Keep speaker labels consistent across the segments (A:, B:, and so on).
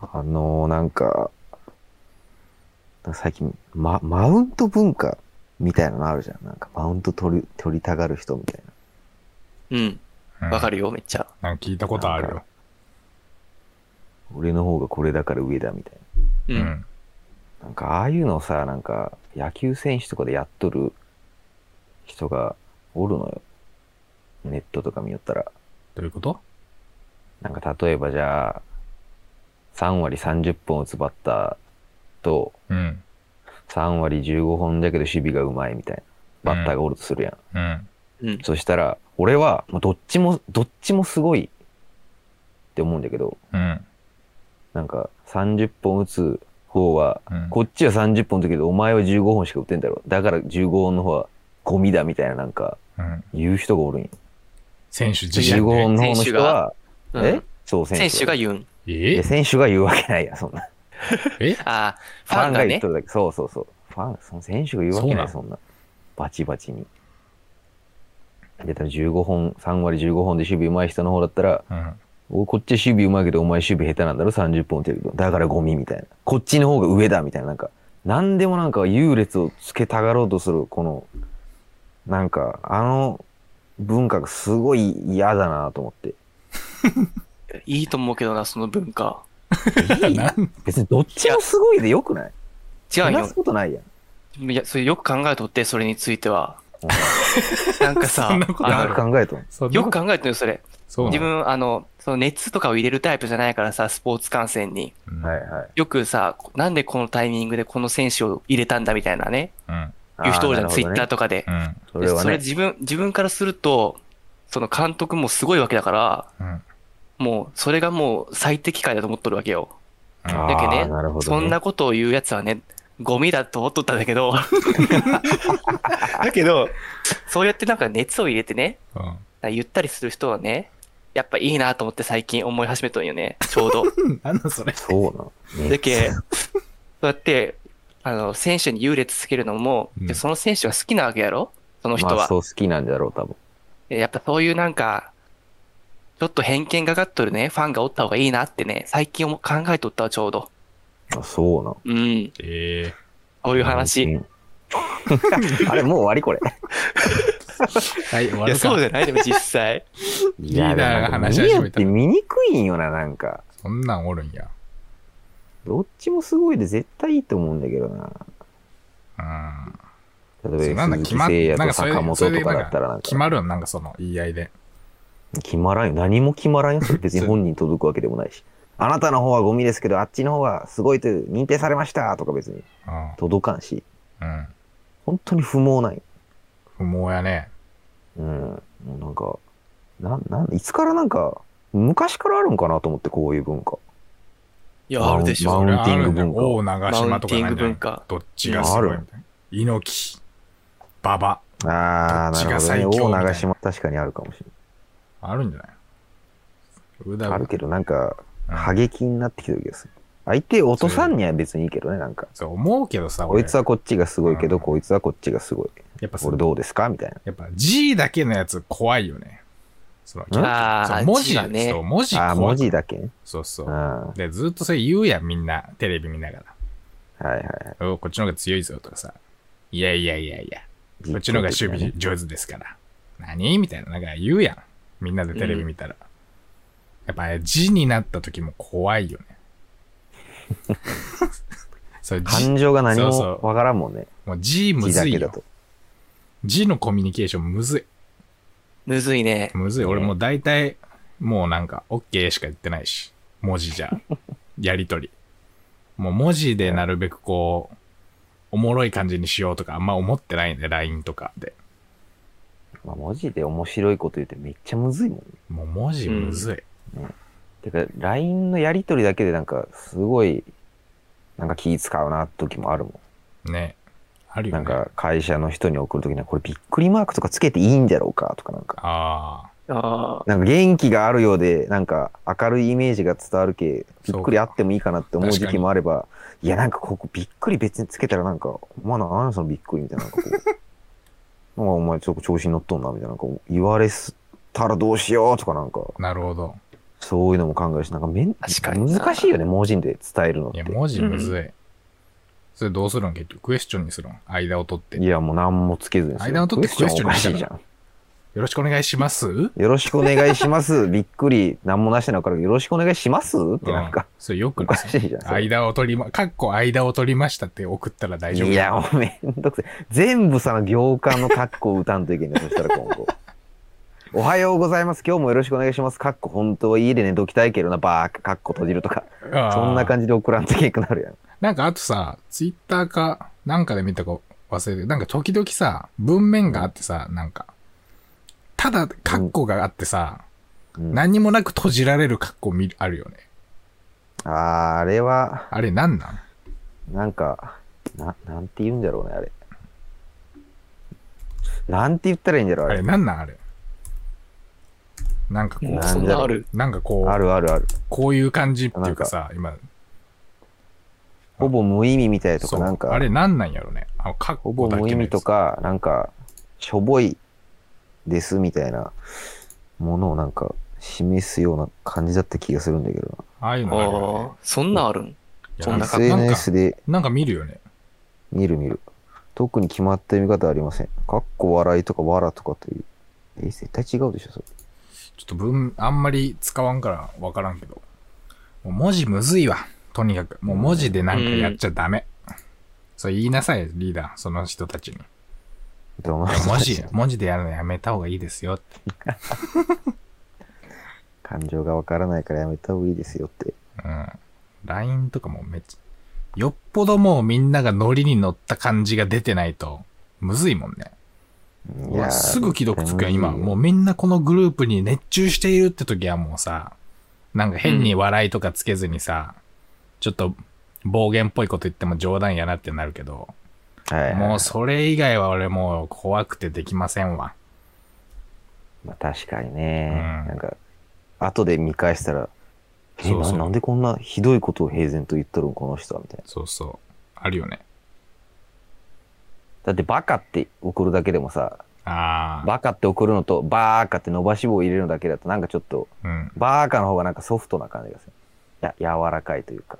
A: あのーなんか、なんか最近、ま、マウント文化みたいなのあるじゃん。なんか、マウント取り、取りたがる人みたいな。
B: うん。
C: うん
B: わかるよ、めっちゃ。
C: なんか聞いたことあるよ。
A: 俺の方がこれだから上だみたい
B: うん。
C: う
B: うん
C: ん。
A: な。なんか、ああいうのをさ、なんか、野球選手とかでやっとる人がおるのよ。ネットとか見よったら。
C: どういうこと
A: なんか、例えばじゃあ、3割30本打つバッターと、
C: うん。
A: 3割15本だけど守備がうまいみたいな。バッターがおるとするやん
C: うん。
B: うん。
A: そしたら、俺は、もうどっちも、どっちもすごいって思うんだけど、
C: うん。
A: なんか、30本打つ方は、
C: うん
A: こっちは30本だけど、お前は15本しか打ってんだろ。だから15本の方はゴミだみたいな、なんか、
C: うん。
A: 言う人がおるんよ。
C: 選手自身
A: 15
C: で。
A: 本の方の人は、えそう、選手
B: 選手が言うん。
A: い
C: え
A: や選手が言うわけないや、そんな。
C: え
B: ああ、
A: フ
B: ファ
A: ァ
B: ン
A: ン
B: が
A: が言
B: ね
A: っと。るだけ。そうそうそう。ファン、その選手が言うわけない、
C: そ
A: そんな。バチバチに。で、多分15本、3割15本で守備上手い人の方だったら、
C: うん。
A: おこっち守備うまいけど、お前守備下手なんだろ ?30 本打てるけど。だからゴミみたいな。こっちの方が上だみたいな。なんか、なんでもなんか優劣をつけたがろうとする、この、なんか、あの文化がすごい嫌だなと思って。
B: いいと思うけどな、その文化。
A: いい
C: なん
A: 別にどっちもすごいでよくない
B: 違う
A: 話
B: よ
A: す。ことないやん。
B: いや、それよく考えとって、それについては。 なんかさ、
C: そんなことあ
A: よ
B: あ
C: る
A: く
B: の
A: 考えとん。
C: そんな
B: よ
C: こ
B: く
C: と
B: 考えてるよ、それ。
C: そう
B: 自
C: なの
B: 分、あの、その熱とかを入れるタイプじゃないからさ、スポーツ観戦に。
C: うん
A: はいはい。
B: よくさ、なんでこのタイミングでこの選手を入れたんだみたいなね、
C: うん。
B: いう人おるじゃん、
A: あ
B: ツイッター
A: ー。
B: とかで。
C: うん。
A: な
B: で
A: るほどね
B: そ
A: それは
B: れ
A: ね。
B: 自分、自分からすると、その監督もすごいわけだから、
C: うん。
B: もう、それがもう最適解だと思っとるわけよ。
C: うん
B: だけね
A: あーなるほどね
B: そんなことを言うやつはね、ゴミだと思っとったんだけど、だけど、そうやってなんか熱を入れてね、
C: うん。
B: なんか言ったりする人はね、やっぱいいなと思って最近思い始めとんよね、ちょうど。
C: なんだそれ。
A: そうなの。
B: だけ、そうやって、あの、選手に優劣つけるのも、
C: うん
B: でその選手が好きなわけやろその人
A: ま
B: は
A: あ、。そう好きなんだろう、多分。
B: やっぱそういうなんか、ちょっと偏見がかっとるね、ファンがおった方がいいなってね、最近思考えとったわ、ちょうど。
A: あそうなの。
B: うん。
C: え
B: こういう話。い
A: うん。 あれ、もう終わりこれ。
C: えはい、終わ
B: や、
C: る
B: そう
C: か。
B: じゃないでも実際。
A: いや
C: リーダーが話し
A: で
C: 始
A: もなん
C: め
A: か
C: た
A: 見えって見にくいんよな、なんか。
C: そんなんおるんや。
A: どっちもすごいで絶対いいと思うんだけどな。
C: うん。
A: 例えば、
C: そうなんか
A: 鈴木
C: 決まっ
A: 誠也
C: なん
A: と
C: かそれ
A: 坂本
C: それで
A: とかだったらなん
C: 決
A: か、
C: まるんなんかその言い合いで。
A: 決まらんよ。何も決まらんよ。それ別に本人に届くわけでもないし。あなたの方はゴミですけど、あっちの方はすごいと認定されましたとか別に
C: うん。
A: 届かんし、
C: うん。
A: 本当に不毛ない。
C: 不毛やね。
A: うん。もうなんか、なん、なん、いつからなんか、昔からあるんかなと思って、こういう文化。
B: いや、あるでし
A: マ
B: ょ
A: ウン。ティング文化
C: あるんだよ王長島とか
B: マウ
C: な
B: ンティング
C: んじゃな
B: 文
C: い
B: 化
C: どっちがすごいみたいな。猪木、馬場、
A: ああ、なるほどね。
C: どっちが最強
A: 王
C: みたいな
A: 長島確かにあるかもしれ
C: あるんじゃないうだ
A: ない。あるけど、なんか、
C: うん
A: 過激になってきてる気がする。相手落とさんには別にいいけどね、なんか。
C: そう思うけどさ、
A: こ
C: 俺
A: いつはこっちがすごいけ
C: う
A: ど、
C: ん
A: こいつはこっちがすごい。
C: やっぱそ
A: 俺
C: う
A: どうですかみたい
C: やっぱ G だけのやつ怖いよね。その
B: あ
C: そ
B: ー
C: う文字
B: G がね
C: そう文字
A: な。ああ、
C: 怖
A: 文
C: い
A: 字だけね。
C: そうそ
A: うん。
C: う。
A: は
C: で、ずっとそれ言うやん、みんな。テレビ見なが
A: いはいはい。
C: ら。おこっちの方が強いぞとかさ。いやいやいやいや。こっちの方が守備上手ですから。何みたいな、なんか言うやん。みんなでテレビ見たら。やっぱあれ字になった時も怖いよね。 そう、字、
A: 感情が何
C: そうそ
A: も
C: う
A: わからんもんね。
C: もう字む
A: 字だ
C: ずい
A: けだ
C: よ。
A: と。
C: 字のコミュニケーションむずい。
B: むずいね。
C: むずい。俺もう大体、もうなんか、OK しか言ってないし。文字 じゃ。やりとり。もう文字でなるべくこう、おもろい感じにしようとか、あんま思ってないんで、LINE とかで。
A: まあ、文字で面白いこと言ってめっちゃむずいもんね。
C: もう文字むずい。
A: てか、LINE のやりとりだけでなんか、すごい、なんか気使うな、時もあるもん。
C: ね。あるよ
A: なん
C: ね。
A: か会社の人に送るときにはこれびっくりマークとかつけていいんじゃろうかとかなんか、
C: あ
B: あ
A: なんか元気があるようで、なんか明るいイメージが伝わるけ、びっくりあってもいいかなって思う
C: そうか
A: 時期もあれば、いやなんかここびっくり別につけたらなんか、お前な、あのそのびっくりみたいな、なんかこう、なんかお前ちょっと調子に乗っとんなみたいな、なんか言われすたらどうしようとかなんか、
C: あ、なるほど。
A: そういうのも考えるし、なんかめん
B: 確かに
A: 難しいよね、文字で伝えるのっ
C: い
A: て
C: や、。文字むずい。それどうするん結局、クエスチョンにするん間を取って。
A: い
C: よ
A: や、もう何もつけずにする。
C: 間を取ってクエスチョン
A: お
C: に
A: か
C: した
A: し
C: の
A: いじゃん。
C: ろしくお願いしますっ
A: よろしくお願いします。びっくり。何もなしてないから、よろしくお願いしますってなんか、
C: それよく
A: おか
C: ない
A: しいじ ゃん。それ
C: 間を取りま、かっこ間を取りましたって送ったら大丈夫。
A: いや、もうめんどくせえ。全部さ、行間のカッコを打たんといけんねそしたら今 後。おはようございます。今日もよろしくお願いします。カッコ、本当は家で寝ときたいけどな、バーカッコ閉じるとか。
C: あー
A: そんな感じで送らんといけなくなるやん。
C: なんかあとさ、ツイッターか、なんかで見たか忘れてる、なんか時々さ、文面があってさ、なんか、ただ、カッコがあってさ、
A: うん
C: 何にもなく閉じられるカッコ見るあるよね。
A: あーあれは、
C: あれなんなん
A: なんか、な、なんて言うんだろうね、あれ。なんて言ったらいいんだろう、
C: あ
A: あ
C: れ
A: れ。
C: なんなんあれ。なんかこ
B: もう
A: なん
B: そんなある。
C: う、なんかこ
A: あ
C: う、
A: るあるある。
C: こういう感じっていうかさ、今、
A: ほぼ無意味みたいと
C: そ
A: か、
C: う
A: なんか、
C: あれなんなんやろね。あの、カッ
A: ほ
C: コ
A: ぼ
C: だけの
A: 無
C: やつ
A: 意味と。か、なんか、しょぼいですみたいなものをなんか示すような感じだった気がするんだけど
C: ああいう
B: あ
C: のあるよね
B: ーそんなんあるん。
C: いや
B: そ
A: な。
B: んな感じ
C: んか
A: SNS で
C: なんか見るよね。
A: 見る見る。特に決まった読み方はありません。かっこ笑いとかわらとかという。え、絶対違うでしょ、それ。
C: ちょっと文、あんまり使わんからわからんけど。もう文字むずいわ。とにかく。もう文字でなんかやっちゃダメ。そう言いなさい、リーダー。その人たちに。い
A: どの、
C: や文字文字でやるのやめた方がいいですよって。
A: 感情がわからないからやめた方がいいですよって。
C: うん。LINE とかもめっちゃ、よっぽどもうみんながノリに乗った感じが出てないと、むずいもんね。
A: い
C: 俺すぐ既読つくやん、今。もう
A: う。
C: みんなこのグループに熱中しているって時はもうさ、なんか変に笑いとかつけずにさ、ちょっと暴言っぽいこと言っても冗談やなってなるけど、
A: はい、
C: もうそれ以外は俺もう怖くてできませんわ。
A: まあ、確かにね、
C: うん
A: なんか後で見返したら「え
C: そうそう
A: ななんでこんなひどいことを平然と言っとるんこの人は」みたいな
C: そうそう。あるよね。
A: だって「バカ」って送るだけでもさ「
C: ああ。
A: バカ」って送るのと「バーカ」って伸ばし棒を入れるのだけだとなんかちょっと
C: うん
A: 「バーカ」の方がなんかソフトな感じがするや柔らかいというか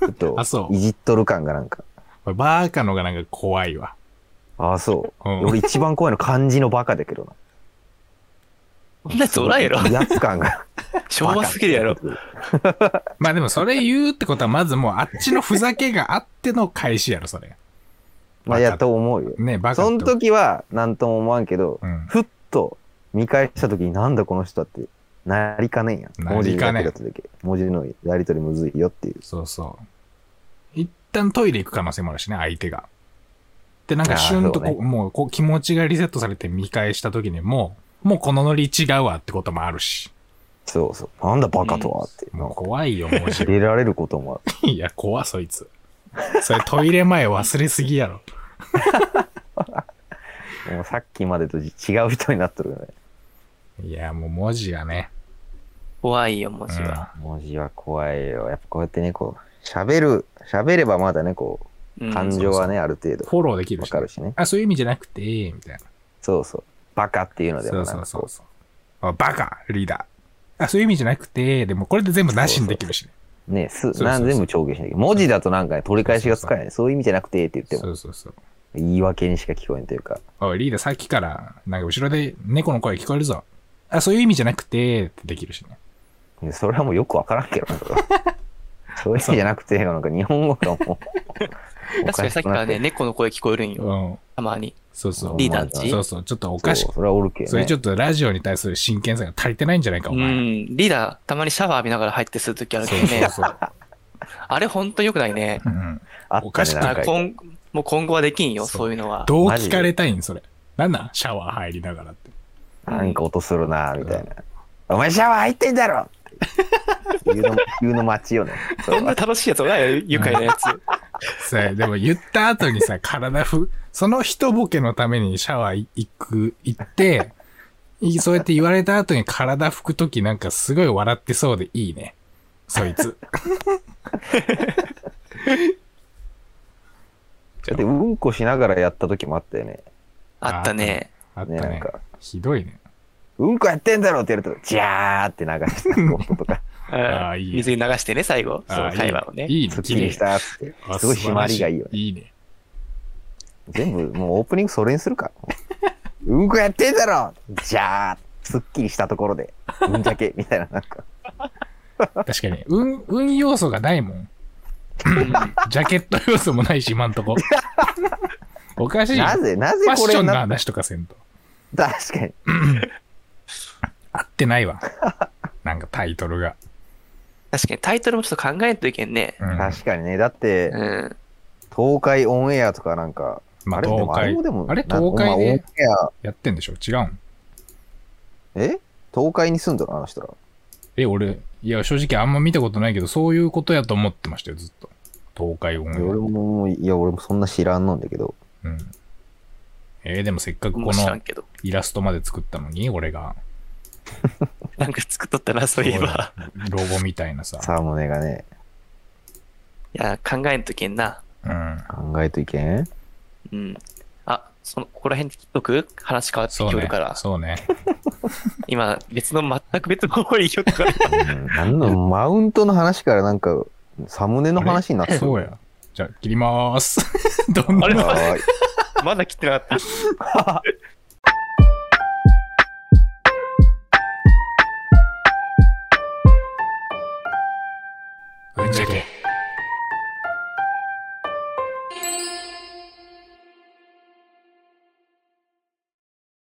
A: ちょっと
C: あそう
A: いじっとる感がなんか
C: 俺バーカのがなんか怖いわ。
A: ああそう、
C: うん
A: 俺一番怖いの漢字の「バカ」だけどな
B: そんなやつおらんやろ。
A: 威圧感 が
B: 昭和すぎる やろ。
C: まあでもそれ言うってことはまずもうあっちのふざけがあっての返しやろ、それ。
A: まあいやと思うよ
C: ね、バーカ
A: そ
C: って
A: の時は何とも思わんけど、
C: うん。
A: ふっと見返した時になんだこの人はってなりかねんやん。
C: なりかね
A: 文字だけ
C: ん
A: だっただけ。文字のやりとりむずいよっていう。
C: そうそう。一旦トイレ行く可能性もあるしね、相手が。で、なん
A: あ
C: か
A: ー
C: シュンとこ
A: そううね
C: もうこう気持ちがリセットされて見返した時にもう、もうこのノリ違うわってこともあるし。
A: そうそう。なんだバカとはって。
C: もう 怖いよ、文字
A: 入。れられることもある。
C: いや、怖そいつ。それトイレ前忘れすぎやろ。
A: もうさっきまでとじ違う人になっとるよね。
C: いや、もう文字がね。
B: 怖いよ、文
C: う
B: 字は。
C: ん、
A: 文字は怖いよ。やっぱこうやってね、こう、喋る、喋ればまだね、こ
B: う
A: う、
B: ん
A: 感情はね、ある程度
C: フォローできる
A: わ
C: し、
A: かるしね。
C: あ、そういう意味じゃなくて、みたい
A: そうそう。バカっていうの
C: な。
A: で
C: そ
A: も
C: う
A: な
C: そ
A: ん
C: う
A: か
C: そう
A: こ
C: そう。あバカ、リーダー。あ、そういう意味じゃなくて、でもこれで全部なしにできるしね。
A: う、ね、す、
C: そうそう
A: なん全部調下しないけど、文字だとなんかね、取り返しがつかない。そういう意味じゃなくてって言って
C: そ
A: も、
C: うそうそう。
A: 言い訳にしか聞こえんというか。
C: おい、リーダーさっきから、なんか後ろで猫の声聞こえるぞ。あ、そういう意味じゃなくて、ってできるしね。
A: いやそれはもうよくわからんけどな、そ れはそういう意味じゃなくて、なんか日本語がもう。
B: 確かにさっきからね、猫の声聞こえるんよ。
C: うん。
B: たまに。
C: そうそう。
B: リーダーち
C: そうそう。ちょっとお
A: おか
C: か
A: し
C: し
A: い。
C: く。
A: それはおるけど、ね。
C: それちょっとラジオに対する真剣さが足りてないんじゃないか、お
B: う
C: 前。
B: ん。リーダー、たまにシャワー浴びながら入ってするときあるけ
C: そう
B: ど
C: そう
B: ね。
C: そう。
B: あれほんと良くないね。
C: うん
A: あったね
C: おかしくな
A: な
B: だ
A: ん
B: か
A: から
B: 今もう今後はできんよ、
C: そう
B: そういうのは。
C: どう聞かれたいん、それ。なんなんシャワー入りながらって。
A: なんか音するな、みたいな。お前シャワー入ってんだろっていうの、言うの待 ちよね。そ
B: そ
A: れ
B: んな
A: は
B: 楽しいやつおらんやろ、愉快なやつ。
C: それ、でも言った後に さ、体ふ、その一ボケのためにシャワー行く、行って、いそうやって言われた後に体拭くときなんかすごい笑ってそうでいいね。そいつ。
A: だってうんこしながらやった時もあったよね。
B: あったね。
C: あった
A: ね、なん
C: ね。
A: か。
C: ひどいね。
A: うんこやってんだろってやると、ジャーって流したこと とか、
C: ああいいね
B: 水に流してね、最後、その
C: あー
B: 会話をね。
C: いいね。
A: すっきりしたっつって。
C: あ
A: すごい締まりがいいよね
C: 素晴らしいいいね。
A: 全部、もうオープニングそれにするか。うんこやってんだろジャーすっきりしたところで、うんじゃけ、みたいな、なんか。
C: 確かに。運、運要素がない もん。ジャケット要素もないし、今ん とこ。おかしいよ。
A: なぜ、なぜ
C: ファッ
A: こ
C: シ
A: れ
C: ョ
A: を
C: ンの
A: な、
C: 話とかせんと。
A: 確かに。
C: 合ってないわ。なんかタイトルが。
B: 確かにタイトルもちょっと考えんといけんね。
C: うん、
A: 確かにね。だって
B: う、ん。
A: 東海オンエアとかなんか、
C: まあ、
A: あれで
C: 東
A: も、あれ
C: 海
A: もでも、
C: あれ
A: なんか
C: 東海
A: お前オンエ
C: で
A: ア、
C: やってんでしょ違うん。
A: え東海に住んどるあの人ら。
C: え、俺、いや、正直あんま見たことないけど、そういうことやと思ってましたよ、ずっと。東海オンエ
A: いや俺ももう、いや、俺もそんな知らんのんだけど。
C: ア。うん。えーでもせっかくこ
B: もう知らん
C: の
B: けど。
C: イラストまで作ったのに、俺が、
B: なんか作っとった な、そういえば。
C: ロゴみたいなさ。
A: サムネがね、
B: いや、考えんといけんな。
C: うん。
A: 考えといけん
B: うん。あ、その、ここら辺で聞っとく話変わってき
C: そう
B: よ
C: ね
B: るから。。
C: そうね。
B: 今、別の、全く別の方に行きよったから。
A: うんなんの、マウントの話からなんか、サムネの話になって
C: そうや。じゃあ、切りまーす。 どんな
B: あれ
A: はーい
B: まだ切ってなかった。
C: うんじゃけ。